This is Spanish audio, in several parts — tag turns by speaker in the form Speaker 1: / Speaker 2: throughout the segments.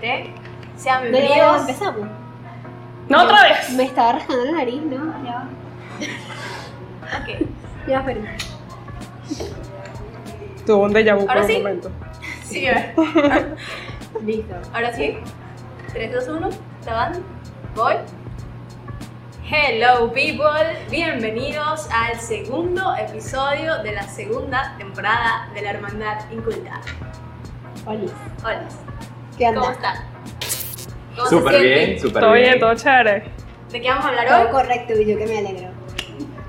Speaker 1: qué. Sean
Speaker 2: ¿De dónde
Speaker 1: bienvenidos.
Speaker 2: empezamos?
Speaker 3: No, otra vez.
Speaker 2: Me estaba rascando la nariz, ¿no? Ya,
Speaker 1: Ok.
Speaker 2: ya, perdón.
Speaker 3: Tuvo un déjà vu por
Speaker 1: Ahora
Speaker 3: un
Speaker 1: sí.
Speaker 3: momento.
Speaker 1: Sí, a ver.
Speaker 2: Listo.
Speaker 1: Ahora sí. 3, 2, 1. van? Voy. Hello people, bienvenidos al segundo episodio de la segunda temporada de la Hermandad Inculta.
Speaker 2: Oli,
Speaker 1: Hola,
Speaker 2: ¿qué
Speaker 1: ¿cómo
Speaker 2: andas?
Speaker 1: están? ¿Cómo se
Speaker 4: Súper
Speaker 1: sienten?
Speaker 4: bien, súper
Speaker 3: Todo bien,
Speaker 4: bien.
Speaker 3: todo chévere.
Speaker 1: ¿De qué vamos a
Speaker 2: Todo
Speaker 1: hablar hoy?
Speaker 2: correcto, y yo que me alegro.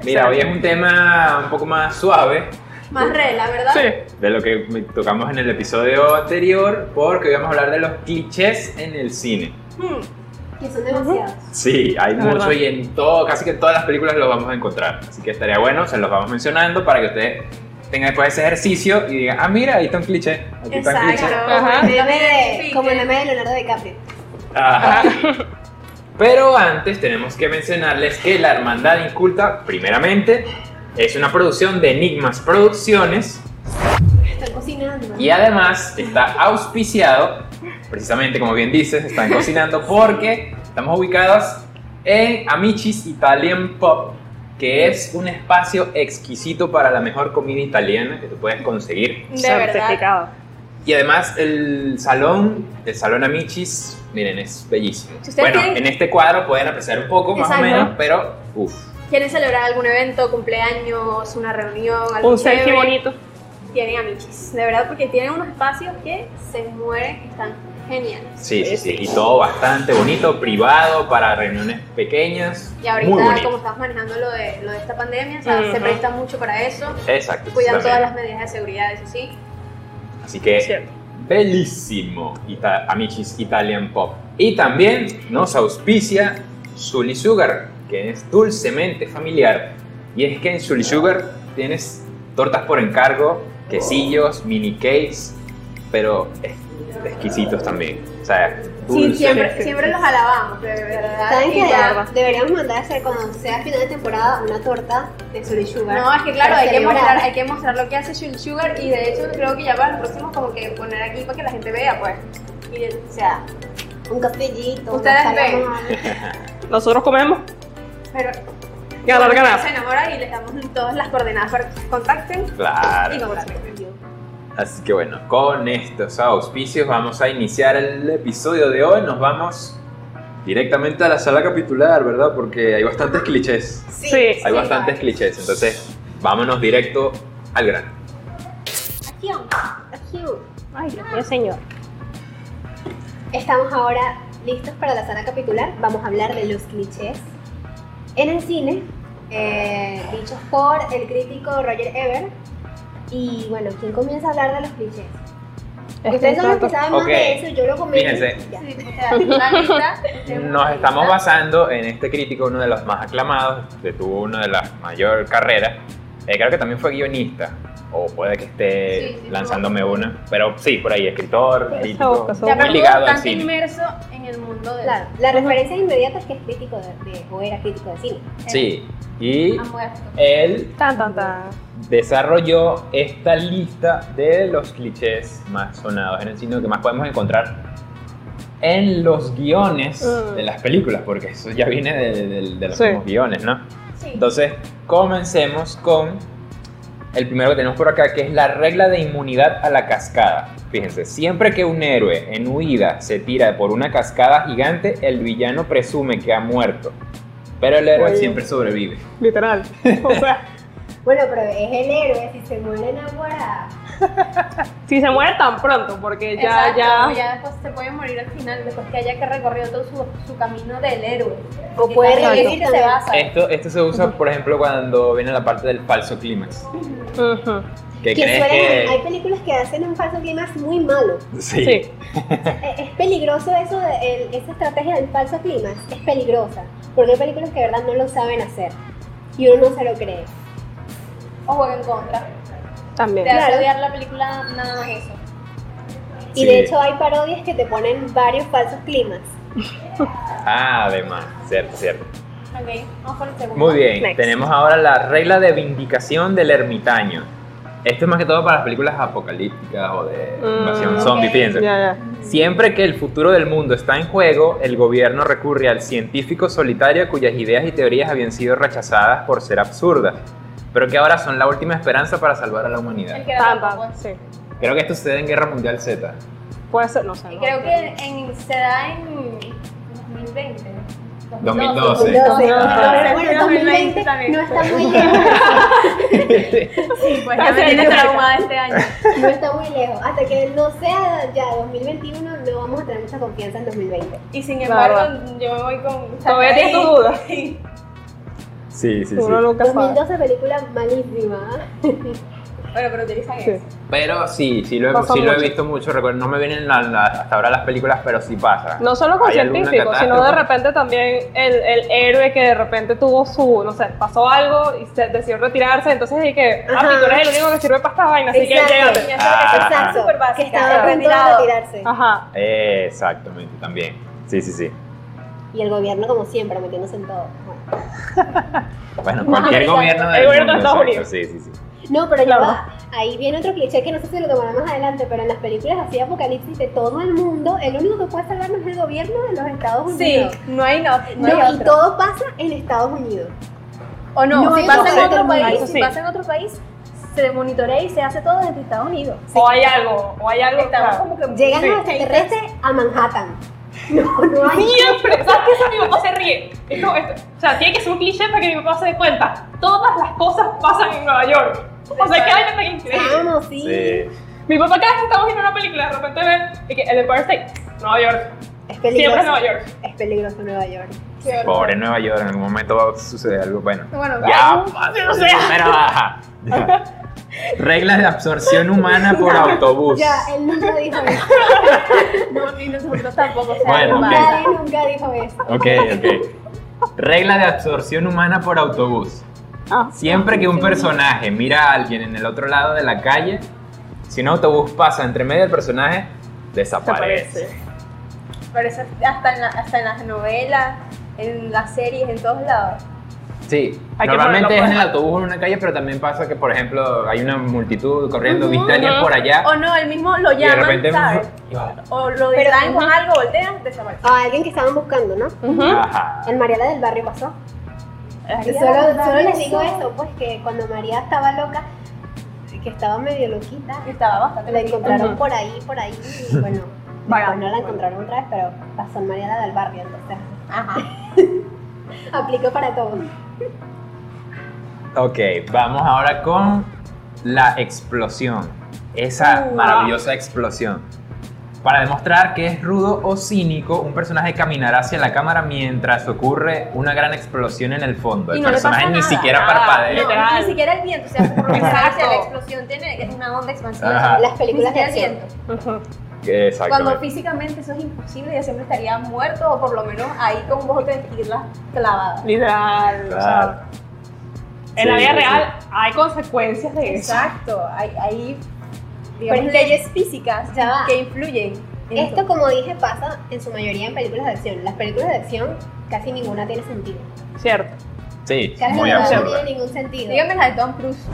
Speaker 4: Mira, hoy es un tema un poco más suave
Speaker 1: Más regla, ¿verdad?
Speaker 3: Sí.
Speaker 4: de lo que tocamos en el episodio anterior, porque hoy vamos a hablar de los clichés en el cine.
Speaker 1: Hmm,
Speaker 2: Que son demasiados.
Speaker 4: Sí, hay
Speaker 3: La
Speaker 4: mucho
Speaker 3: verdad.
Speaker 4: y en todo, casi que en todas las películas los vamos a encontrar. Así que estaría bueno, se los vamos mencionando para que ustedes tengan después ese ejercicio y digan, ah, mira, ahí está un cliché. Aquí está un cliché.
Speaker 1: Exacto.
Speaker 3: Ajá.
Speaker 1: Yo
Speaker 2: Meme
Speaker 1: me
Speaker 2: de-
Speaker 1: identifico.
Speaker 2: como el meme de Leonardo DiCaprio.
Speaker 4: Ajá. Pero antes tenemos que mencionarles que La Hermandad Inculta, primeramente, es una producción de Enigmas Producciones
Speaker 2: Están cocinando.
Speaker 4: Y además está auspiciado, precisamente como bien dices, están cocinando porque estamos ubicados en Amicis Italian Pop, que es un espacio exquisito para la mejor comida italiana que tú puedes conseguir.
Speaker 1: De verdad.
Speaker 3: Certificado.
Speaker 4: Y además el salón, el salón Amicis, miren, es bellísimo.
Speaker 1: Si ustedes
Speaker 4: Bueno,
Speaker 1: quieren-
Speaker 4: en este cuadro pueden apreciar un poco, más
Speaker 1: Exacto.
Speaker 4: o menos, pero uff.
Speaker 1: ¿Quieren celebrar algún evento, cumpleaños, una reunión? Algo
Speaker 3: Un selfie
Speaker 1: chévere?
Speaker 3: bonito.
Speaker 1: Tienen amichis, de verdad, porque tienen unos espacios que se mueren, que están geniales.
Speaker 4: Sí, sí, sí. Y todo bastante bonito, privado, para reuniones pequeñas.
Speaker 1: Y
Speaker 4: Muy
Speaker 1: ahorita,
Speaker 4: bonito.
Speaker 1: como estamos manejando lo de, lo de esta pandemia, o sea, se
Speaker 3: Ujú.
Speaker 1: presta mucho para eso.
Speaker 4: Exacto.
Speaker 1: Cuidan
Speaker 4: exactamente.
Speaker 1: todas las medidas de seguridad, eso sí.
Speaker 4: Así que,
Speaker 3: Cierto.
Speaker 4: bellísimo, Ita- Amichis Italian Pop. Y también nos auspicia Zully Sugar, que es dulcemente familiar. Y es que en Zully Sugar tienes tortas por encargo, quesillos, mini cakes, pero ex- exquisitos también. O sea,
Speaker 1: Sí,
Speaker 4: dulcemente.
Speaker 1: siempre, siempre los alabamos, de verdad.
Speaker 2: ¿Saben
Speaker 1: y
Speaker 2: que
Speaker 1: ya-
Speaker 2: de- deberíamos mandar a hacer cuando sea final de temporada una torta de Suri Sugar?
Speaker 1: No, es que claro,
Speaker 2: Para
Speaker 1: hay que,
Speaker 2: celebrar.
Speaker 1: mostrar, hay que mostrar lo que hace Shul Sugar y de hecho creo que ya para los próximos como que poner aquí para que la gente vea, pues. Y, o sea,
Speaker 2: Un cafellito.
Speaker 1: Ustedes ven.
Speaker 2: unos calamares.
Speaker 3: Nosotros comemos.
Speaker 1: pero...
Speaker 3: Ganar,
Speaker 1: bueno,
Speaker 3: ganar.
Speaker 1: Se enamora y les damos todas las coordenadas para que contacten y
Speaker 4: Claro.
Speaker 1: contacten.
Speaker 4: Así que bueno, con estos auspicios vamos a iniciar el episodio de hoy. Nos vamos directamente a la sala capitular, ¿verdad? Porque hay bastantes clichés.
Speaker 3: Sí.
Speaker 4: Hay bastantes clichés, entonces vámonos directo al grano.
Speaker 2: Acción, acción.
Speaker 3: Ay, Dios mío, señor.
Speaker 2: Estamos ahora listos para la sala capitular. Vamos a hablar de los clichés en el cine, eh, dichos por el crítico Roger Ebert. Y bueno, ¿quién comienza a hablar de los clichés?
Speaker 3: Este,
Speaker 2: Ustedes son los que saben más
Speaker 4: Ok.
Speaker 2: de eso, yo lo comento.
Speaker 4: Fíjense.
Speaker 2: Ya.
Speaker 1: Sí, o sea, una lista, tenemos
Speaker 4: Nos
Speaker 1: una
Speaker 4: estamos
Speaker 1: lista.
Speaker 4: basando en este crítico, uno de los más aclamados, que tuvo una de las mayor carreras. Eh, creo que también fue guionista, o puede que esté
Speaker 1: Sí, sí,
Speaker 4: lanzándome una, pero sí, por ahí, escritor,
Speaker 3: Eso
Speaker 4: crítico,
Speaker 3: busca, eso
Speaker 1: Ya,
Speaker 4: muy
Speaker 1: pero
Speaker 4: ligado al
Speaker 1: bastante
Speaker 4: cine.
Speaker 1: inmerso en el mundo del
Speaker 2: Claro, la referencia inmediata es que es crítico de, de- o era crítico de cine.
Speaker 4: Sí, y
Speaker 1: a muerte.
Speaker 4: él
Speaker 3: Tan, tan, tan.
Speaker 4: desarrolló esta lista de los clichés más sonados en el cine que más podemos encontrar en los guiones
Speaker 3: Mm.
Speaker 4: de las películas, porque eso ya viene de, de- de los
Speaker 3: Sí.
Speaker 4: mismos guiones, ¿no?
Speaker 1: Sí.
Speaker 4: Entonces, comencemos con el primero que tenemos por acá, que es la regla de inmunidad a la cascada. Fíjense, siempre que un héroe en huida se tira por una cascada gigante, el villano presume que ha muerto, pero el héroe
Speaker 3: Oye.
Speaker 4: siempre sobrevive.
Speaker 3: Literal. O sea,
Speaker 2: Bueno, pero es el héroe, si se muere enamorada.
Speaker 3: si se muere tan pronto, porque ya,
Speaker 1: Exacto,
Speaker 3: ya.
Speaker 1: como ya después se puede morir al final, después que haya que recorrido todo su, su camino del héroe.
Speaker 2: O
Speaker 1: Que
Speaker 2: puede
Speaker 1: también
Speaker 2: revivir
Speaker 1: es que se
Speaker 2: también.
Speaker 1: basa.
Speaker 4: Esto, esto se usa, por ejemplo, cuando viene la parte del falso clímax.
Speaker 3: Ujú.
Speaker 4: Que
Speaker 2: Que
Speaker 4: crees
Speaker 2: suelen- Hay
Speaker 4: que.
Speaker 2: películas que hacen un falso clímax muy malo.
Speaker 4: Sí.
Speaker 3: Sí.
Speaker 2: Eh, Es peligroso eso de el- esa estrategia del falso clímax, es peligrosa, porque hay películas que de verdad no lo saben hacer y uno no se lo cree.
Speaker 1: O juega en contra. Te
Speaker 3: También.
Speaker 1: hace
Speaker 2: Claro.
Speaker 1: odiar la película nada más eso.
Speaker 2: Y
Speaker 4: Sí.
Speaker 2: de hecho hay parodias que te ponen varios falsos clímax.
Speaker 4: Ah, además. Cierto, cierto.
Speaker 1: Ok, vamos por el segundo.
Speaker 4: Muy bien.
Speaker 3: Next.
Speaker 4: Tenemos ahora la regla de vindicación del ermitaño. Esto es más que todo para las películas apocalípticas o de invasión
Speaker 3: Mm,
Speaker 4: zombie,
Speaker 2: ok.
Speaker 4: piensa.
Speaker 3: Ya, ya.
Speaker 4: Siempre que el futuro del mundo está en juego, el gobierno recurre al científico solitario cuyas ideas y teorías habían sido rechazadas por ser absurdas, pero que ahora son la última esperanza para salvar a la humanidad.
Speaker 1: que
Speaker 3: Pam,
Speaker 1: tampoco.
Speaker 3: pam, sí.
Speaker 4: Creo que esto sucede en Guerra Mundial Z.
Speaker 3: Puede ser, no sé. no.
Speaker 1: Creo que en, se da en 2020.
Speaker 4: 2012.
Speaker 2: 2012.
Speaker 1: Ah.
Speaker 2: Bueno, 2020 no está muy lejos.
Speaker 1: Sí, pues ya
Speaker 3: Está
Speaker 1: me tiene
Speaker 3: cerca.
Speaker 1: traumada este año.
Speaker 2: No está muy lejos. Hasta que no sea ya 2021, no vamos a tener mucha confianza en 2020.
Speaker 1: Y sin
Speaker 3: Claro.
Speaker 1: embargo, yo me voy con.
Speaker 3: Todavía tienes tus dudas.
Speaker 1: Sí.
Speaker 4: Sí, sí,
Speaker 3: Uno nunca sabe.
Speaker 2: 2012, película malísima.
Speaker 1: Bueno, pero utilizan
Speaker 3: Sí.
Speaker 1: eso.
Speaker 4: Pero sí, sí lo he,
Speaker 3: Pasa
Speaker 4: sí lo he
Speaker 3: mucho.
Speaker 4: visto mucho. Recuerdo, no me vienen la- la- hasta ahora las películas, pero sí pasa.
Speaker 3: No solo con
Speaker 4: Hay alguna
Speaker 3: científicos, sino de
Speaker 4: catástrofe.
Speaker 3: repente también el, el héroe que de repente tuvo su, no sé, pasó algo y se decidió retirarse, entonces dije que, ah,
Speaker 2: Ajá.
Speaker 3: sí, tú eres el único que sirve para esta vaina, así
Speaker 2: Exacto.
Speaker 3: que llégate.
Speaker 4: Ah.
Speaker 2: Exacto.
Speaker 1: Súper básica,
Speaker 2: Que estaba a punto de
Speaker 1: retirado.
Speaker 2: retirarse.
Speaker 3: Ajá,
Speaker 4: Exactamente, también. Sí, sí, sí.
Speaker 2: Y el gobierno, como siempre, metiéndose en todo. Bueno.
Speaker 4: Bueno, cualquier
Speaker 1: exacto.
Speaker 4: gobierno del
Speaker 3: El gobierno de
Speaker 4: mundo,
Speaker 3: Estados
Speaker 4: exacto, Sí, sí, sí.
Speaker 2: No, pero ya
Speaker 3: Claro.
Speaker 2: va. Ahí viene otro cliché que no sé si lo tomará más adelante, pero en las películas así de apocalipsis de todo el mundo, el único que puede salvarnos es el gobierno de los Estados
Speaker 1: Sí,
Speaker 2: Unidos.
Speaker 1: no hay no, no,
Speaker 2: No,
Speaker 1: hay
Speaker 2: y
Speaker 1: otro.
Speaker 2: todo pasa en Estados Unidos.
Speaker 1: O no,
Speaker 2: no
Speaker 1: si
Speaker 2: hay
Speaker 1: pasa
Speaker 2: otro
Speaker 1: en otro
Speaker 2: país,
Speaker 1: país,
Speaker 3: eso
Speaker 1: si
Speaker 3: sí.
Speaker 1: pasa en otro país, se monitorea y se hace todo desde Estados Unidos.
Speaker 3: o hay algo, o hay algo.
Speaker 1: Estamos
Speaker 3: claro.
Speaker 1: como que
Speaker 2: Llegan
Speaker 3: Sí.
Speaker 2: los extraterrestres a Manhattan. No, no hay.
Speaker 3: Siempre, ¿sabes qué? Eso mi papá se ríe. Es como esto. O sea, tiene que ser un cliché para que mi papá se dé cuenta. Todas las cosas pasan en Nueva York. O sea, qué vaina tan increíble.
Speaker 2: Vamos, sí.
Speaker 3: Mi papá cada vez que estamos viendo una película, de repente ve y que el Empire State, Nueva York.
Speaker 2: Es
Speaker 3: Siempre
Speaker 2: peligroso.
Speaker 3: es Nueva York.
Speaker 2: Es peligroso Nueva York.
Speaker 1: Qué horror.
Speaker 4: Pobre Nueva York, en algún momento va a suceder algo bueno.
Speaker 1: Bueno,
Speaker 4: Ya,
Speaker 1: vamos,
Speaker 4: madre, primera baja. Ya. Reglas de absorción humana por autobús.
Speaker 2: Ya, él nunca dijo eso.
Speaker 1: No, ni nosotros tampoco. o sea,
Speaker 4: Bueno,
Speaker 1: no
Speaker 4: ok.
Speaker 1: pasa.
Speaker 2: Nadie nunca dijo eso.
Speaker 4: Ok, ok. Regla de absorción humana por autobús.
Speaker 3: Ah.
Speaker 4: Siempre que un personaje mira a alguien en el otro lado de la calle, si un autobús pasa entre medio del personaje, pues, desaparece.
Speaker 1: Pero eso es hasta en, la- hasta en las novelas, en las series, en todos lados.
Speaker 4: Sí,
Speaker 3: Hay que
Speaker 4: normalmente
Speaker 3: ponerlo
Speaker 4: es en el
Speaker 3: por-
Speaker 4: autobús en una calle, pero también pasa que, por ejemplo, hay una multitud corriendo, viste a alguien
Speaker 3: ujú.
Speaker 4: por allá
Speaker 1: O no, él mismo lo
Speaker 4: y de
Speaker 1: llaman,
Speaker 4: repente...
Speaker 1: ¿sabes? O lo
Speaker 2: Pero-
Speaker 1: distraen con algo, voltean, desaparece.
Speaker 2: A Ah, alguien que estaban buscando, ¿no?
Speaker 3: Ujú.
Speaker 4: Ajá.
Speaker 2: En Mariela del Barrio pasó. Yo
Speaker 1: Mariela
Speaker 2: solo,
Speaker 1: del
Speaker 2: solo
Speaker 1: Barrio
Speaker 2: les digo
Speaker 1: pasó.
Speaker 2: eso, pues que cuando María estaba loca, que estaba medio loquita,
Speaker 1: Estaba bastante
Speaker 2: la encontraron
Speaker 3: Ujú.
Speaker 2: por ahí, por ahí, y bueno,
Speaker 3: Vagando.
Speaker 2: después no la encontraron otra vez, pero pasó en Mariela del Barrio, entonces
Speaker 1: Ajá.
Speaker 2: aplico para todos.
Speaker 4: Ok, vamos ahora con la explosión. Esa
Speaker 3: Uh,
Speaker 4: maravillosa explosión. Para demostrar que es rudo o cínico, un personaje caminará hacia la cámara mientras ocurre una gran siquiera en el fondo.
Speaker 1: Y
Speaker 4: El
Speaker 1: no le
Speaker 4: personaje
Speaker 1: pasa
Speaker 4: ni
Speaker 1: nada. Ah,
Speaker 4: siquiera
Speaker 3: Nada,
Speaker 4: parpadea.
Speaker 1: No,
Speaker 3: Literal.
Speaker 1: ni siquiera el viento, o sea, por lo que
Speaker 3: Exacto.
Speaker 1: hace la explosión tiene es una onda expansiva.
Speaker 4: Ajá.
Speaker 2: Las
Speaker 1: Ni
Speaker 2: películas de
Speaker 1: siquiera el
Speaker 2: acción.
Speaker 1: viento.
Speaker 3: Ujú.
Speaker 1: Cuando
Speaker 4: Exactamente.
Speaker 1: físicamente eso es imposible, ya siempre estaría muerto o por lo menos ahí con vos de irla clavada.
Speaker 3: Literal. o sea,
Speaker 4: Claro.
Speaker 3: en la
Speaker 4: Sí,
Speaker 3: vida
Speaker 4: sí,
Speaker 3: real hay consecuencias de eso.
Speaker 1: Exacto, hay, hay
Speaker 2: Pero
Speaker 1: digamos,
Speaker 2: es que-
Speaker 1: leyes físicas
Speaker 2: Ya va.
Speaker 1: que influyen. en
Speaker 2: Esto, como dije, pasa en su mayoría en películas de acción. Las películas de acción casi ninguna tiene sentido.
Speaker 3: Cierto.
Speaker 4: Sí,
Speaker 2: Casi
Speaker 4: muy
Speaker 2: ninguna
Speaker 4: absurdo.
Speaker 2: tiene ningún sentido.
Speaker 1: Dígame la de Tom Cruise.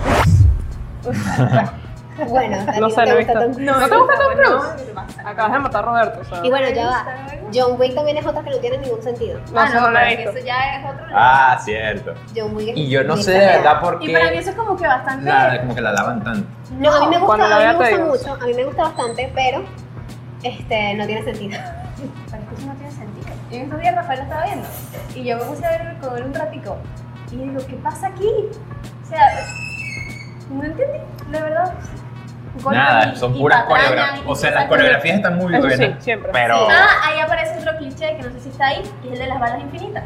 Speaker 2: Bueno, a ti
Speaker 3: No sé,
Speaker 2: te
Speaker 3: no he
Speaker 2: gusta
Speaker 3: visto.
Speaker 2: Tom-
Speaker 3: ¿No te gusta Tom Cruise?
Speaker 1: No, ¿qué te pasa?
Speaker 3: Acabas de matar a Roberto. o sea.
Speaker 2: Y bueno,
Speaker 1: ¿Te
Speaker 2: ya va.
Speaker 1: gusta luego?
Speaker 2: John Wick también es otra que no tiene ningún sentido.
Speaker 3: No,
Speaker 1: ah,
Speaker 3: eso
Speaker 1: no,
Speaker 3: no lo he
Speaker 1: pero
Speaker 3: visto.
Speaker 1: Eso ya es otro nivel.
Speaker 4: Ah, cierto.
Speaker 2: John Wick es
Speaker 4: Y yo no
Speaker 2: muy
Speaker 4: sé de
Speaker 2: exagerado.
Speaker 4: verdad por
Speaker 1: y para mí
Speaker 4: qué
Speaker 1: eso es como que bastante.
Speaker 4: la- como que la lavan tanto.
Speaker 2: No, a mí me
Speaker 3: Cuando
Speaker 2: gusta,
Speaker 3: la
Speaker 2: a mí me
Speaker 3: vea te
Speaker 2: gusta
Speaker 3: digo.
Speaker 2: mucho, a mí me gusta bastante, pero este, no tiene sentido.
Speaker 1: Pero es que eso no tiene sentido. Y en estos días Rafael lo estaba viendo. Y yo me puse a ver con él un ratico. Y yo digo, ¿qué pasa aquí? O sea, no entendí, de verdad. Golpes
Speaker 4: Nada,
Speaker 1: y-
Speaker 4: son
Speaker 1: y
Speaker 4: puras
Speaker 1: patrañas
Speaker 4: coreografías.
Speaker 1: y
Speaker 4: O sea,
Speaker 1: cosas
Speaker 4: las
Speaker 1: que-
Speaker 4: coreografías están muy
Speaker 3: Eso
Speaker 4: buenas.
Speaker 3: sí, siempre.
Speaker 4: Pero.
Speaker 1: Ah, ahí aparece otro cliché que no sé si está ahí, que es el de las balas infinitas.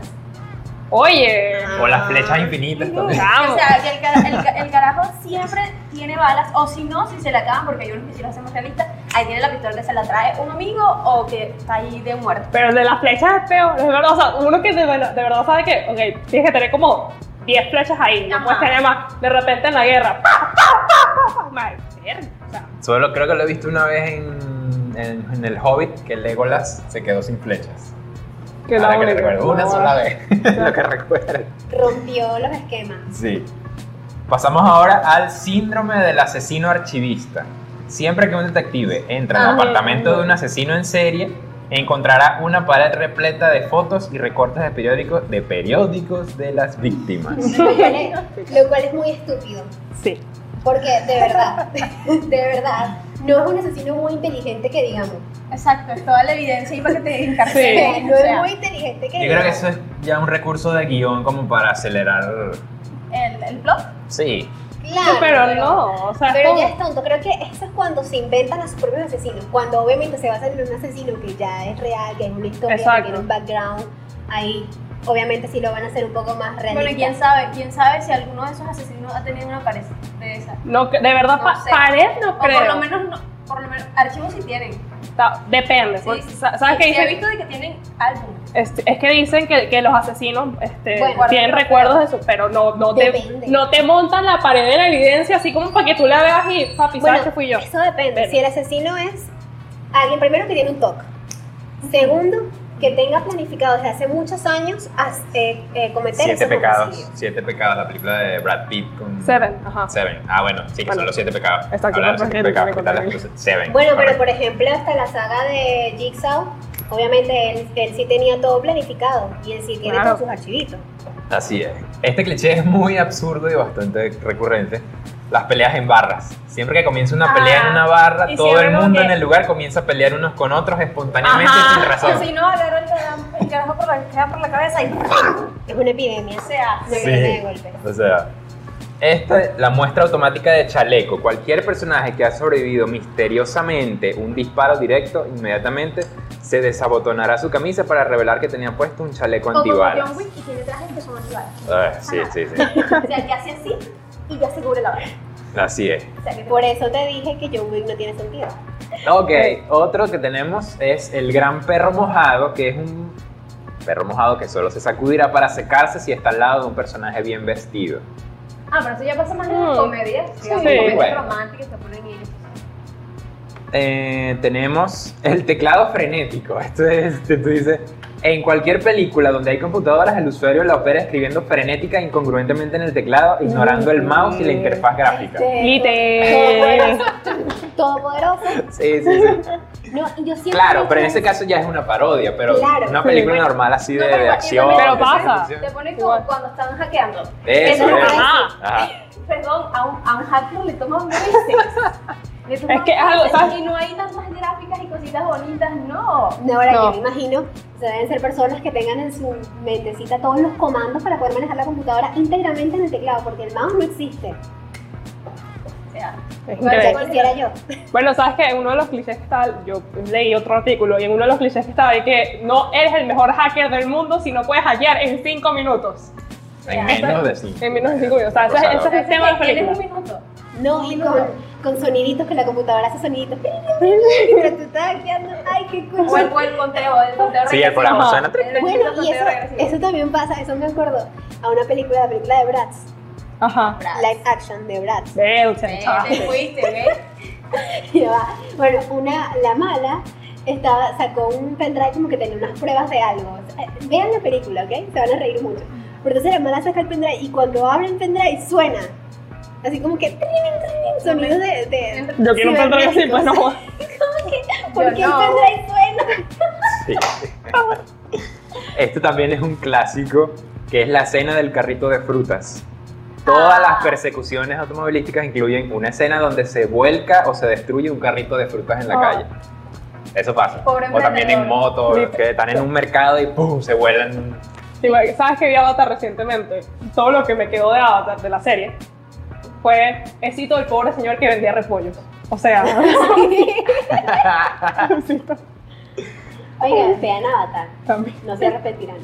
Speaker 3: Oye.
Speaker 4: O las flechas infinitas también.
Speaker 3: Vamos.
Speaker 1: O sea, que el, cara- el ca- el carajo siempre tiene balas, o si no, si se la acaban, porque hay unos que sí lo hacen más realista, ahí tiene la pistola que se la trae un amigo o que está ahí de muerto.
Speaker 3: Pero el de las flechas es peor, es verdad, o sea, uno que de, verdad- de verdad sabe que, ok, tienes que tener como 10 flechas ahí, no
Speaker 1: Ajá.
Speaker 3: puedes tener más, de repente en la guerra, ¡pa, pa, pa, pa! Madre, verga, o sea,
Speaker 4: Solo creo que lo he visto una vez en, en- en El Hobbit, que Legolas se quedó sin flechas.
Speaker 3: que
Speaker 4: Ahora
Speaker 3: la
Speaker 4: que
Speaker 3: única.
Speaker 4: recuerdo, una
Speaker 3: No,
Speaker 4: sola vez, lo que recuerdo.
Speaker 2: Rompió los esquemas.
Speaker 4: Sí. Pasamos ahora al síndrome del asesino archivista. Siempre que un detective entra en el
Speaker 3: Ay.
Speaker 4: apartamento de un asesino en serie, encontrará una pared repleta de fotos y recortes de periódicos de periódicos de las víctimas.
Speaker 2: Lo cual es- lo cual es muy estúpido.
Speaker 5: Sí.
Speaker 2: Porque de verdad, de verdad, no es un asesino muy inteligente que digamos.
Speaker 1: Exacto, es toda la evidencia y para que te
Speaker 2: O sea,
Speaker 1: encarcelen.
Speaker 2: no
Speaker 1: o
Speaker 2: es
Speaker 1: sea,
Speaker 2: muy inteligente que
Speaker 4: Yo creo
Speaker 2: digamos.
Speaker 4: que eso es ya un recurso de guión como para acelerar.
Speaker 1: el, el plot.
Speaker 4: Sí,
Speaker 2: Claro,
Speaker 5: Pero no, o sea, es
Speaker 2: Pero
Speaker 5: como-
Speaker 2: ya es tonto, creo que eso es cuando se inventan a sus propios asesinos, cuando obviamente se basan en un asesino que ya es real, que es una historia, que
Speaker 3: Exacto.
Speaker 2: tiene un background, ahí obviamente sí lo van a hacer un poco más realista.
Speaker 1: Bueno, quién sabe, quién sabe si alguno de esos asesinos ha tenido una pared de esa.
Speaker 3: No, que- de verdad,
Speaker 1: No
Speaker 3: pa-
Speaker 1: sé.
Speaker 3: pared no
Speaker 1: O
Speaker 3: creo.
Speaker 1: por lo menos, no, por lo menos, archivos sí tienen.
Speaker 3: Ta- Depende.
Speaker 1: Sí,
Speaker 3: porque
Speaker 1: sí,
Speaker 3: sa- ¿Sabes qué
Speaker 1: Sí, he
Speaker 3: dicen?
Speaker 1: visto de que tienen álbumes.
Speaker 3: Este, es que dicen que, que los asesinos este,
Speaker 2: Bueno,
Speaker 3: tienen
Speaker 1: pero-
Speaker 3: recuerdos de eso, pero no, no, te,
Speaker 2: Depende.
Speaker 3: no te montan la pared de la evidencia así como para que tú la veas y papi, ¿sabes que fui yo?
Speaker 2: Eso depende.
Speaker 3: Pero-
Speaker 2: Si el asesino es alguien, primero que tiene un TOC. Segundo, que tenga planificado desde hace muchos años as- eh, eh, cometer
Speaker 4: siete
Speaker 2: esos
Speaker 4: pecados.
Speaker 2: homicidios.
Speaker 4: Siete pecados, la película de Brad Pitt con.
Speaker 3: Seven, ajá.
Speaker 4: Seven. Ah, bueno, sí, que
Speaker 3: Bueno.
Speaker 4: son los siete pecados.
Speaker 3: Exacto,
Speaker 4: Habla de los
Speaker 3: porque
Speaker 4: siete pecados,
Speaker 3: me
Speaker 4: ¿qué tal las
Speaker 3: contaron.
Speaker 4: cosas? Seven.
Speaker 2: Bueno, pero
Speaker 4: correcto.
Speaker 2: por ejemplo, hasta la saga de Jigsaw, obviamente él, él sí tenía todo planificado y él sí tiene
Speaker 3: Claro.
Speaker 2: todos sus archivitos.
Speaker 4: Así es. Este cliché es muy absurdo y bastante recurrente. Las peleas en barras. Siempre que comienza una
Speaker 3: Ah,
Speaker 4: pelea en una barra,
Speaker 3: y
Speaker 4: todo
Speaker 3: siempre
Speaker 4: el
Speaker 3: como
Speaker 4: mundo
Speaker 3: que-
Speaker 4: en el lugar comienza a pelear unos con otros espontáneamente
Speaker 3: Ajá.
Speaker 4: sin razón.
Speaker 1: Si no, agarra el, el carajo por la, queda por la cabeza y
Speaker 2: Es una epidemia.
Speaker 1: o sea,
Speaker 2: Una
Speaker 4: Sí.
Speaker 2: epidemia de golpes.
Speaker 4: O sea, esta es la muestra automática de chaleco. Cualquier personaje que ha sobrevivido misteriosamente un disparo directo, inmediatamente se desabotonará su camisa para revelar que tenía puesto un chaleco
Speaker 1: como
Speaker 4: antibalas.
Speaker 1: John Wick y tiene trajes que son antibalas.
Speaker 4: Ah, sí, sí, sí.
Speaker 1: O sea, que hace así y ya se cubre la bala.
Speaker 4: Así es.
Speaker 1: O sea, que
Speaker 2: Por eso te dije que John Wick no tiene sentido.
Speaker 4: Ok, otro que tenemos es el gran perro mojado, que es un perro mojado que solo se sacudirá para secarse si está al lado de un personaje bien vestido.
Speaker 1: Ah, pero eso ya pasa más en las
Speaker 3: Mm.
Speaker 1: comedias.
Speaker 3: Sí.
Speaker 1: digamos, comedias
Speaker 4: Bueno.
Speaker 1: románticas que ponen ellos.
Speaker 4: Eh, tenemos el teclado frenético. Esto es, este, tú dices, en cualquier película donde hay computadoras, el usuario la opera escribiendo frenética e incongruentemente en el teclado, ignorando el mouse y la interfaz gráfica.
Speaker 2: Este,
Speaker 3: Y te...
Speaker 2: Todopoderoso.
Speaker 4: Sí, sí, sí.
Speaker 2: No, y yo siempre.
Speaker 4: Claro, pero en
Speaker 2: pienso-
Speaker 4: ese caso ya es una parodia, pero
Speaker 2: Claro.
Speaker 4: una película normal así de,
Speaker 1: No, pero
Speaker 4: de acción.
Speaker 1: igual-
Speaker 4: de
Speaker 3: Pero pasa.
Speaker 4: ciencia
Speaker 1: Te
Speaker 4: ficción.
Speaker 1: ponen como
Speaker 3: Igual.
Speaker 1: cuando están hackeando.
Speaker 4: Eso
Speaker 2: Eso
Speaker 4: es.
Speaker 2: es.
Speaker 3: Ajá.
Speaker 4: Ajá.
Speaker 1: Perdón, a un, a un hacker le toman meses. Le toman
Speaker 3: Es que es algo,
Speaker 1: meses
Speaker 3: ¿sabes?
Speaker 1: Y no hay tantas gráficas y cositas bonitas, no.
Speaker 2: No, ahora
Speaker 3: No.
Speaker 2: yo me imagino, o sea, deben ser personas que tengan en su mentecita todos los comandos para poder manejar la computadora íntegramente en el teclado, porque el mouse no existe.
Speaker 1: O sea,
Speaker 3: Es
Speaker 2: Ya
Speaker 3: increíble.
Speaker 2: quisiera yo.
Speaker 3: Bueno, sabes que uno de los clichés que estaba, yo leí otro artículo y en uno de los clichés que estaba de que no eres el mejor hacker del mundo si no puedes hackear en 5 minutos.
Speaker 4: En menos de cinco.
Speaker 3: En menos de 5 minutos. O sea, ese,
Speaker 4: Cosa
Speaker 3: ese es
Speaker 4: loca.
Speaker 3: el tema de las
Speaker 1: tienes un
Speaker 3: películas.
Speaker 1: minuto.
Speaker 2: No, y con, con soniditos que la computadora hace soniditos. Pero tú estás hackeando. Ay, qué cool.
Speaker 1: O el, o el conteo, el conteo
Speaker 4: Sí, el
Speaker 1: regresivo.
Speaker 4: programa suena.
Speaker 1: El
Speaker 2: Bueno, y
Speaker 1: conteo
Speaker 2: eso,
Speaker 1: regresivo.
Speaker 2: eso también pasa, eso me acuerdo a una película, la película de Bratz,
Speaker 3: Ajá.
Speaker 2: live action de Bratz.
Speaker 3: Del chanchaje.
Speaker 1: Ve, Te fuiste, ¿ves?
Speaker 2: Ya va. Bueno, una, la mala, estaba, sacó un pendrive como que tenía unas pruebas de algo. Eh, Vean la película, ¿ok? Se van a reír mucho. Pero entonces la mala saca el pendrive y cuando abre el pendrive suena. Así como que sonidos de... de
Speaker 3: Yo quiero un pendrive así, pues no. jodas.
Speaker 2: ¿Por qué
Speaker 1: Yo no.
Speaker 2: el pendrive suena?
Speaker 4: Sí. Este también es un clásico, que es la escena del carrito de frutas. Todas
Speaker 1: Ah.
Speaker 4: las persecuciones automovilísticas incluyen una escena donde se vuelca o se destruye un carrito de frutas en la
Speaker 3: Ah.
Speaker 4: calle. Eso pasa.
Speaker 1: Pobre
Speaker 4: o también en
Speaker 1: emprendedor.
Speaker 4: moto,
Speaker 3: Sí.
Speaker 4: que están en un mercado y ¡pum! se vuelan.
Speaker 3: Igual, sabes que vi Avatar recientemente. Todo lo que me quedó de Avatar, de la serie, fue éxito del pobre señor que vendía repollos. O sea,
Speaker 2: Oigan, vean Avatar,
Speaker 3: también.
Speaker 2: no se arrepentirán.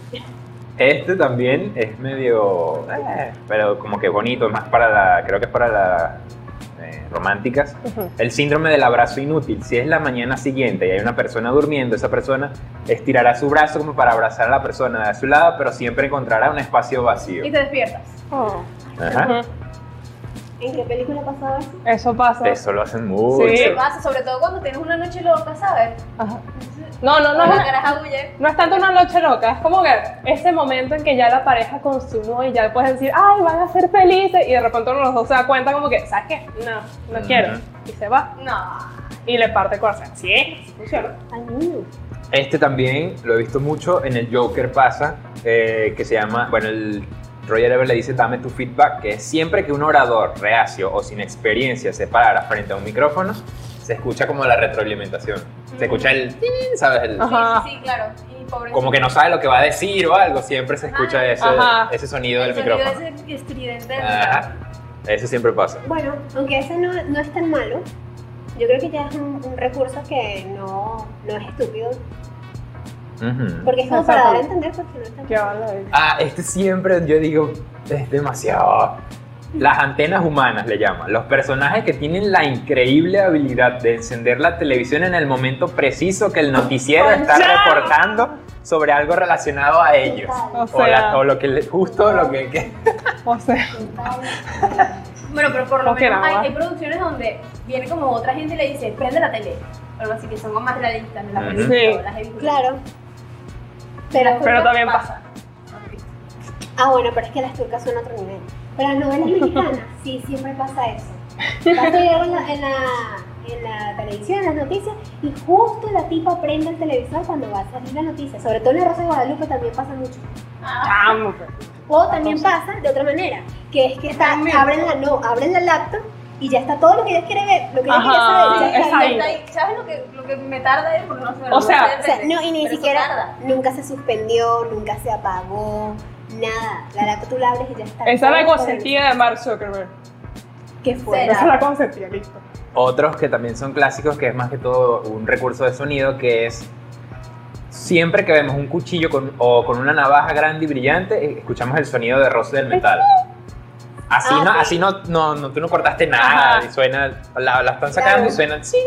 Speaker 4: Este también es medio... eh, pero como que bonito, más para la... creo que es para las eh, románticas.
Speaker 3: Ujú.
Speaker 4: El síndrome del abrazo inútil. Si es la mañana siguiente y hay una persona durmiendo, esa persona estirará su brazo como para abrazar a la persona de a su lado, pero siempre encontrará un espacio vacío.
Speaker 1: Y te despiertas.
Speaker 4: Ajá.
Speaker 3: Ujú.
Speaker 2: ¿En qué película pasaba eso?
Speaker 3: Eso pasa.
Speaker 4: Eso lo hacen mucho.
Speaker 3: Sí.
Speaker 1: Te pasa, sobre todo cuando tienes una noche loca, ¿sabes?
Speaker 3: Ajá.
Speaker 1: Entonces,
Speaker 3: No, no, no.
Speaker 1: la
Speaker 3: es una-
Speaker 1: caraja huye.
Speaker 3: No es tanto una noche loca, es como que ese momento en que ya la pareja consumó y ya puedes decir, ay, van a ser felices, y de repente uno de los dos se da cuenta como que, ¿sabes qué? No, no
Speaker 4: Ujú.
Speaker 3: quiero. Y se va
Speaker 1: No.
Speaker 3: y le parte el corazón. Sí, así funciona.
Speaker 2: Ay, no.
Speaker 4: Este también lo he visto mucho en el Joker pasa, eh, que se llama, bueno, el Roger Ebert le dice dame tu feedback, que es siempre que un orador reacio o sin experiencia se parara frente a un micrófono, se escucha como la retroalimentación. Se escucha el, tin, ¿sabes? El-
Speaker 3: Ajá.
Speaker 1: Sí, sí, sí, claro. Y pobre.
Speaker 4: como que no sabe lo que va a decir o algo, siempre se escucha ese,
Speaker 3: Ajá.
Speaker 4: ese sonido del
Speaker 1: el sonido
Speaker 4: micrófono. Ah.
Speaker 1: ese estridente.
Speaker 4: Ajá. Eso siempre pasa.
Speaker 2: Bueno, aunque ese no, no es tan malo, yo creo que ya es un, un recurso que no, no es estúpido.
Speaker 4: Ujú.
Speaker 2: Porque es como para
Speaker 3: Exacto.
Speaker 2: dar a entender porque no es tan
Speaker 3: Qué bala de-
Speaker 4: Ah, este siempre yo digo es demasiado. Las antenas humanas le llaman. Los personajes que tienen la increíble habilidad de encender la televisión en el momento preciso que el noticiero está
Speaker 3: ¡Claro!
Speaker 4: reportando sobre algo relacionado a ellos.
Speaker 2: Total,
Speaker 3: O
Speaker 4: O, la-
Speaker 3: sea,
Speaker 4: o lo que le- justo lo que, que-
Speaker 3: o sea,
Speaker 2: total.
Speaker 1: Bueno, pero por lo
Speaker 3: Porque
Speaker 1: menos
Speaker 3: la
Speaker 1: hay,
Speaker 3: va.
Speaker 1: hay producciones donde viene como otra gente y le dice, prende la tele. O algo así que son más realistas, me las
Speaker 4: Ujú.
Speaker 1: he visto,
Speaker 3: Sí.
Speaker 1: las he visto.
Speaker 2: Claro.
Speaker 1: Pero,
Speaker 3: Pero también
Speaker 1: Ok.
Speaker 2: Ah, bueno, pero es que las turcas son otro nivel. Pero las novelas mexicanas, sí, siempre pasa eso. Paso yo en la, en, la, en la televisión, en las noticias, y justo la tipa prende el televisor cuando va a salir la noticia. Sobre todo en la Rosa de Guadalupe también pasa mucho.
Speaker 3: chamo, pues.
Speaker 2: O también pasa de otra manera, que es que está-
Speaker 1: También.
Speaker 2: abren, la, no, abren la laptop y ya está todo lo que ellos quieren ver, lo que ellos quieren
Speaker 3: Ajá,
Speaker 2: saber. ya
Speaker 1: Ahí
Speaker 2: está
Speaker 1: está,
Speaker 2: ahí.
Speaker 1: ahí está. ¿Sabes lo que, lo que me tarda es por no
Speaker 3: O sea,
Speaker 2: O sea, no, y ni
Speaker 1: Pero eso
Speaker 2: siquiera
Speaker 1: tarda.
Speaker 2: nunca se suspendió, nunca se apagó, nada. La laptop tú la abres y ya está.
Speaker 3: Esa es
Speaker 2: todo
Speaker 3: la
Speaker 2: por el-
Speaker 3: consentida de Mark Zuckerberg.
Speaker 2: ¿Qué fue?
Speaker 1: Será.
Speaker 3: Esa es la consentida, listo.
Speaker 4: Otros que también son clásicos, que es más que todo un recurso de sonido, que es siempre que vemos un cuchillo con- o con una navaja grande y brillante, eh, escuchamos el sonido de roce del metal. Así,
Speaker 2: Ah,
Speaker 4: no,
Speaker 2: sí.
Speaker 4: así no, no, no- tú no cortaste nada
Speaker 3: Ajá.
Speaker 4: y suena, la, la están sacando
Speaker 2: Claro.
Speaker 4: y suena sí.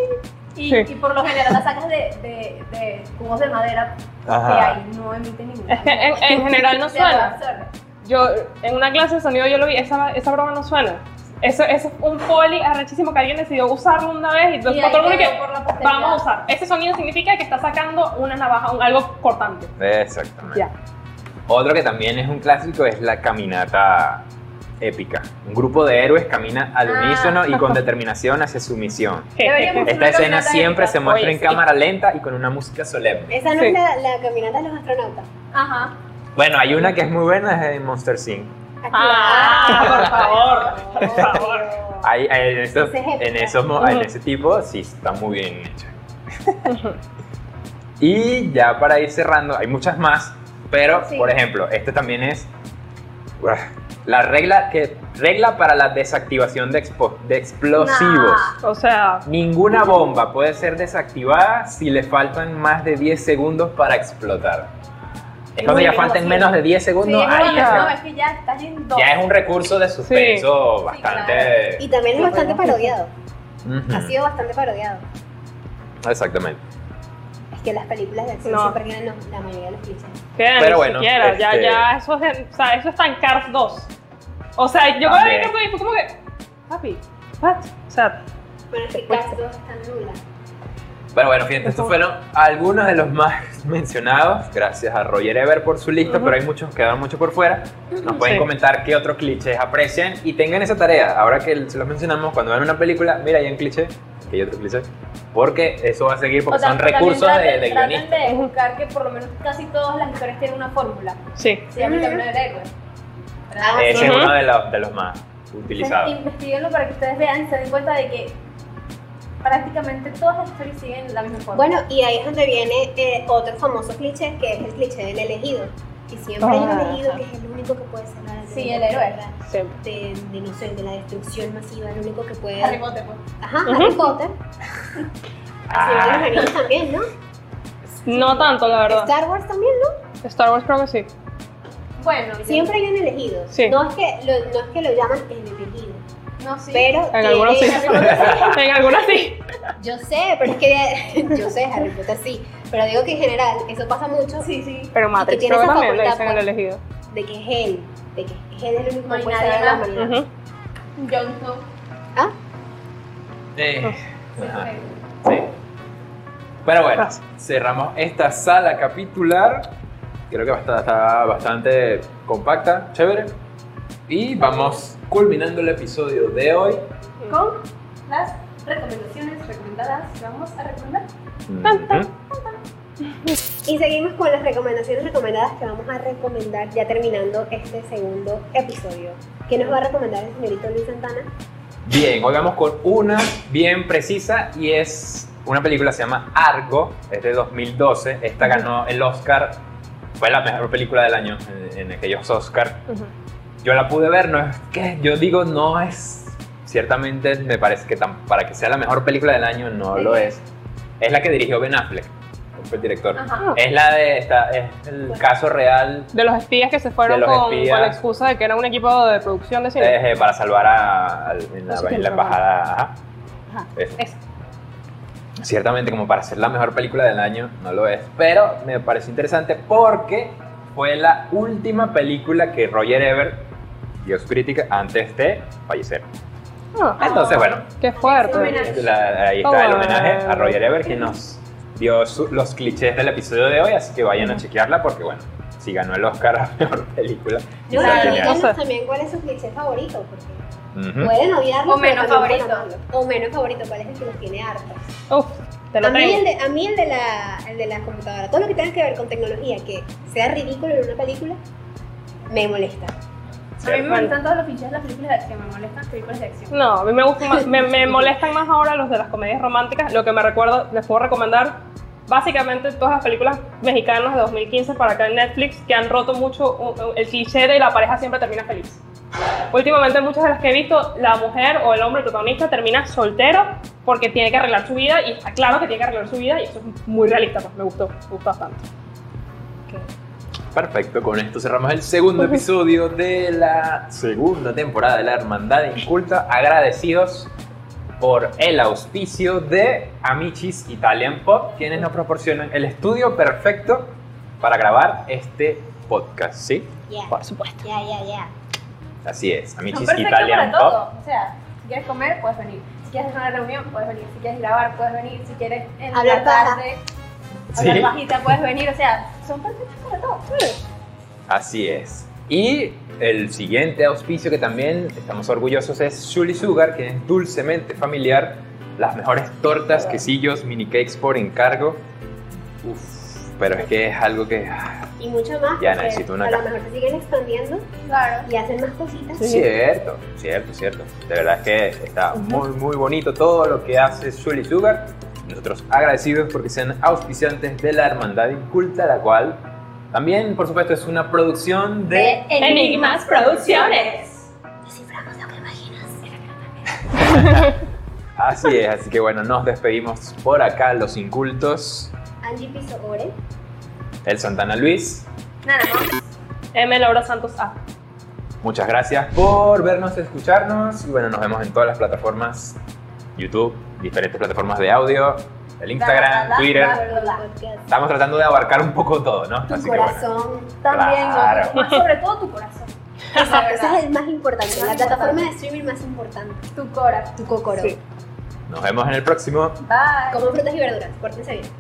Speaker 1: Y,
Speaker 3: Sí.
Speaker 1: y por lo general las sacas de, de, de cubos de madera que ahí no emiten ninguna.
Speaker 3: Es que en- en general no
Speaker 1: De verdad,
Speaker 3: suena.
Speaker 1: suena.
Speaker 3: Yo, en una clase de sonido yo lo vi, esa, esa broma no suena. Eso, eso es un poli arrachísimo que alguien decidió usarlo una vez y
Speaker 1: Y
Speaker 3: entonces
Speaker 1: ahí
Speaker 3: todo el mundo
Speaker 1: quedó
Speaker 3: que
Speaker 1: por la posteridad.
Speaker 3: vamos a usar. Ese sonido significa que está sacando una navaja, un- algo cortante.
Speaker 4: Exactamente.
Speaker 3: Ya.
Speaker 4: Otro que también es un clásico es la caminata épica. Un grupo de héroes camina al
Speaker 1: Ah.
Speaker 4: unísono y con determinación hacia su misión.
Speaker 1: Deberíamos-
Speaker 4: Esta
Speaker 1: Una
Speaker 4: escena
Speaker 1: caminata
Speaker 4: siempre
Speaker 1: épica.
Speaker 4: se muestra
Speaker 3: Oye,
Speaker 4: en
Speaker 3: sí.
Speaker 4: cámara lenta y con una música solemne.
Speaker 2: Esa no
Speaker 3: Sí.
Speaker 2: es la, la caminata de los astronautas.
Speaker 1: Ajá.
Speaker 4: Bueno, hay una que es muy buena, es de Monster Inc.
Speaker 2: Aquí
Speaker 3: Ah, por favor, por
Speaker 2: va.
Speaker 3: favor.
Speaker 4: Hay, hay en, esos,
Speaker 2: Esa es épica.
Speaker 4: en, esos mo-
Speaker 3: Ujú.
Speaker 4: en ese tipo sí está muy bien hecha. Y ya para ir cerrando, hay muchas más, pero
Speaker 1: Sí.
Speaker 4: por ejemplo, este también es uah, la regla que regla para la desactivación de, expo- de explosivos.
Speaker 3: O sea,
Speaker 4: Ninguna bomba puede ser desactivada si le faltan más de 10 segundos para explotar. Es cuando
Speaker 3: Muy
Speaker 4: ya
Speaker 3: bien,
Speaker 4: faltan
Speaker 1: sí.
Speaker 4: menos de 10
Speaker 1: Sí,
Speaker 4: segundos.
Speaker 1: es
Speaker 4: ay,
Speaker 1: bueno,
Speaker 4: ya,
Speaker 1: no,
Speaker 4: se-
Speaker 1: es que ya estás en dos.
Speaker 4: ya es un recurso de suspenso bastante.
Speaker 2: Y también es
Speaker 3: Sí,
Speaker 2: bastante
Speaker 3: podemos
Speaker 2: parodiado.
Speaker 4: Ujú.
Speaker 2: Ha sido bastante parodiado.
Speaker 4: Exactamente.
Speaker 2: Es que las películas de acción
Speaker 3: No.
Speaker 2: siempre tienen los- la mayoría de los clichés.
Speaker 3: que
Speaker 4: Pero
Speaker 3: ni
Speaker 4: bueno,
Speaker 3: siquiera, ya,
Speaker 4: este-
Speaker 3: ya, eso es, en- o sea, eso está en Cars 2. O sea, yo cuando vi
Speaker 4: También.
Speaker 3: Cars 2 y fue como que, papi, what? O sea,
Speaker 2: Bueno, es que
Speaker 3: Pues
Speaker 2: casi todas están nulas.
Speaker 4: Pero bueno, fíjense, estos fueron algunos de los más mencionados. Gracias a Roger Ever por su lista,
Speaker 3: Ujú.
Speaker 4: pero hay muchos que dan mucho por fuera. Nos pueden
Speaker 3: Sí.
Speaker 4: comentar qué otros clichés aprecian y tengan esa tarea. Ahora que se los mencionamos, cuando vean una película, mira, hay un cliché, aquí hay otro cliché. Porque eso va a seguir,
Speaker 1: O
Speaker 4: porque
Speaker 1: sea,
Speaker 4: son
Speaker 1: también
Speaker 4: recursos de,
Speaker 1: traten-
Speaker 4: de
Speaker 1: traten
Speaker 4: guionista.
Speaker 1: de buscar que por lo menos casi todas las historias tienen una fórmula.
Speaker 3: sí.
Speaker 1: Se
Speaker 4: Mm.
Speaker 1: llama el tablero del héroe. ¿Verdad?
Speaker 2: Ah,
Speaker 4: Ese
Speaker 3: Ujú.
Speaker 4: es uno de los, de los más
Speaker 1: Entonces,
Speaker 4: utilizados.
Speaker 1: investiguenlo para que ustedes vean y se den cuenta de que prácticamente todas las historias siguen la misma forma.
Speaker 2: Bueno, y ahí es donde viene eh, otro famoso cliché, que es el cliché del elegido. Y siempre hay un
Speaker 3: Ah.
Speaker 2: elegido que es el único que puede salvar al
Speaker 1: Sí,
Speaker 2: mundo,
Speaker 1: el héroe.
Speaker 2: ¿verdad?
Speaker 3: Siempre.
Speaker 2: De, de, no sé, de la destrucción masiva, el único que puede...
Speaker 1: Harry Potter, pues.
Speaker 2: Ajá, Harry Potter. Señor de
Speaker 4: Ah,
Speaker 2: los Anillos también, ¿no?
Speaker 3: No tanto, la verdad.
Speaker 2: Star Wars también, ¿no?
Speaker 3: Star Wars creo que sí.
Speaker 1: Bueno, yo-
Speaker 2: Siempre hay un elegido.
Speaker 3: Sí.
Speaker 2: No, es que lo, no es que lo llaman el elegido,
Speaker 1: No, sí.
Speaker 2: pero...
Speaker 3: En
Speaker 2: tiene-
Speaker 3: algunos sí. en algunos sí.
Speaker 2: Yo sé, pero es que... yo sé, Harry Potter sí. Pero digo que en general eso pasa mucho.
Speaker 1: Sí, sí.
Speaker 3: Pero
Speaker 2: Matrix,
Speaker 3: Matrix
Speaker 2: tiene creo
Speaker 3: creo
Speaker 2: que esa
Speaker 3: también le dicen
Speaker 2: facultad,
Speaker 3: el
Speaker 2: pues.
Speaker 3: elegido.
Speaker 2: De que es él. De que es él el único
Speaker 1: No hay
Speaker 2: que puede
Speaker 1: nadie
Speaker 2: salvar a la
Speaker 1: más.
Speaker 2: humanidad.
Speaker 1: Jon Snow.
Speaker 2: ¿Ah?
Speaker 4: eh,
Speaker 1: sí,
Speaker 4: ajá,
Speaker 1: sí.
Speaker 4: sí. Pero bueno, cerramos esta sala capitular. Creo que basta- está bastante compacta, chévere. Y vamos culminando el episodio de hoy.
Speaker 1: Con las recomendaciones recomendadas, vamos a recomendar.
Speaker 4: Ujú.
Speaker 2: Y seguimos con las recomendaciones recomendadas que vamos a recomendar ya terminando este segundo episodio. ¿Qué nos va a recomendar el señorito Luis Santana?
Speaker 4: Bien, hoy vamos con una bien precisa y es una película que se llama Argo, es de 2012. Esta ganó el Oscar, fue la mejor película del año en, en aquellos Oscars. Yo la pude ver, no es que yo digo, no es. Ciertamente me parece que tan- para que sea la mejor película del año no lo es. Es la que dirigió Ben Affleck, fue el director.
Speaker 1: Ajá.
Speaker 4: Es la de esta, es el caso real
Speaker 3: De los espías que se fueron
Speaker 4: De los
Speaker 3: con, con
Speaker 4: espías.
Speaker 3: la excusa de que era un equipo de producción de cine.
Speaker 4: eh, para salvar a, al- en la,
Speaker 3: Eso que
Speaker 4: en la
Speaker 3: lo robaron.
Speaker 4: embajada. ajá.
Speaker 3: Ajá,
Speaker 4: Eso.
Speaker 3: eso.
Speaker 4: Ciertamente, como para ser la mejor película del año, no lo es. Pero me pareció interesante porque fue la última película que Roger Ebert dio su crítica antes de fallecer.
Speaker 3: Ah,
Speaker 4: Entonces, bueno,
Speaker 3: qué fuerte.
Speaker 1: Homenaje.
Speaker 4: la- ahí está el homenaje a Roger Ebert que nos dio su- los clichés del episodio de hoy. Así que vayan a chequearla porque, bueno, si ganó el Oscar a mejor película.
Speaker 2: No,
Speaker 4: está
Speaker 2: y
Speaker 4: genial.
Speaker 2: díganos también cuál es su cliché favorito, porque
Speaker 4: Ujú.
Speaker 2: pueden odiarlo.
Speaker 1: O menos
Speaker 2: pero también pueden
Speaker 1: favorito.
Speaker 2: amarlo. O menos favorito, cuál es el que los tiene hartos.
Speaker 3: Uf, te
Speaker 2: A
Speaker 3: lo
Speaker 2: mí, el
Speaker 3: tengo.
Speaker 2: de, a mí el de la, el de la computadora, todo lo que tenga que ver con tecnología, que sea ridículo en una película, me molesta.
Speaker 1: A mí
Speaker 4: ¿Cierto?
Speaker 1: me encantan todos los pinches de las películas de acción, me molestan las películas de acción.
Speaker 3: No, a mí me, gusta más- me, me molestan más ahora los de las comedias románticas. Lo que me recuerdo, les puedo recomendar básicamente todas las películas mexicanas de 2015 para acá en Netflix que han roto mucho uh, uh, el cliché de la pareja siempre termina feliz. Últimamente muchas de las que he visto, la mujer o el hombre protagonista termina soltero porque tiene que arreglar su vida y está claro que tiene que arreglar su vida y eso es muy realista, pues me gustó, me gustó bastante.
Speaker 4: Perfecto, con esto cerramos el segundo episodio de la segunda temporada de la Hermandad Inculta. Agradecidos por el auspicio de Amichis Italian Pop, quienes nos proporcionan el estudio perfecto para grabar este podcast, ¿sí?
Speaker 2: Ya,
Speaker 3: Por supuesto.
Speaker 2: ya, ya, ya.
Speaker 4: Así es,
Speaker 1: Son
Speaker 4: Amichis
Speaker 1: perfectos para
Speaker 4: Italian Pop.
Speaker 1: todo. O sea, si quieres comer, puedes venir. Si quieres hacer una reunión, puedes venir. Si quieres grabar, puedes venir. Si quieres en la
Speaker 2: Hablar paja.
Speaker 1: tarde,
Speaker 4: Sí.
Speaker 1: hablar bajita, puedes venir. O sea, son perfectos para todo.
Speaker 4: Así es. Y el siguiente auspicio que también estamos orgullosos es Julie Sugar, que es dulcemente familiar. Las mejores tortas, quesillos, mini cakes por encargo. Uf, pero es que es algo que... ah,
Speaker 2: Y mucho más.
Speaker 4: Ya,
Speaker 2: porque
Speaker 4: necesito una
Speaker 2: A lo
Speaker 4: caja.
Speaker 2: mejor se siguen expandiendo
Speaker 1: Claro.
Speaker 2: y hacen más cositas.
Speaker 3: Sí.
Speaker 4: Cierto, cierto, cierto. De verdad es que está muy, muy bonito todo lo que hace Julie Sugar. Nosotros agradecidos porque sean auspiciantes de la Hermandad Inculta, la cual también, por supuesto, es una producción de...
Speaker 3: Enigmas Producciones.
Speaker 4: Así es, así que bueno, nos despedimos por acá, los incultos,
Speaker 2: Angie Piso Ore.
Speaker 4: el Santana Luis.
Speaker 1: Nada más.
Speaker 3: M. Laura Santos A.
Speaker 4: Muchas gracias por vernos, escucharnos. Y bueno, nos vemos en todas las plataformas: YouTube, diferentes plataformas de audio, el
Speaker 1: Bla, bla,
Speaker 4: Instagram,
Speaker 1: bla,
Speaker 4: Twitter.
Speaker 1: bla, bla, bla.
Speaker 2: Podcast.
Speaker 4: Estamos tratando de abarcar un poco todo, ¿no?
Speaker 2: Tu
Speaker 4: Así que bueno.
Speaker 2: corazón.
Speaker 1: También, ¿no?
Speaker 4: Claro.
Speaker 1: Más sobre todo tu corazón. La
Speaker 2: Exacto, ese
Speaker 1: verdad.
Speaker 2: es el más importante.
Speaker 1: Más
Speaker 2: la
Speaker 1: importante.
Speaker 2: plataforma de streaming más importante.
Speaker 1: Tu corazón.
Speaker 2: Tu cocoro.
Speaker 3: Sí.
Speaker 4: Nos vemos en el próximo.
Speaker 1: Bye.
Speaker 2: Como frutas y verduras. Pórtense bien.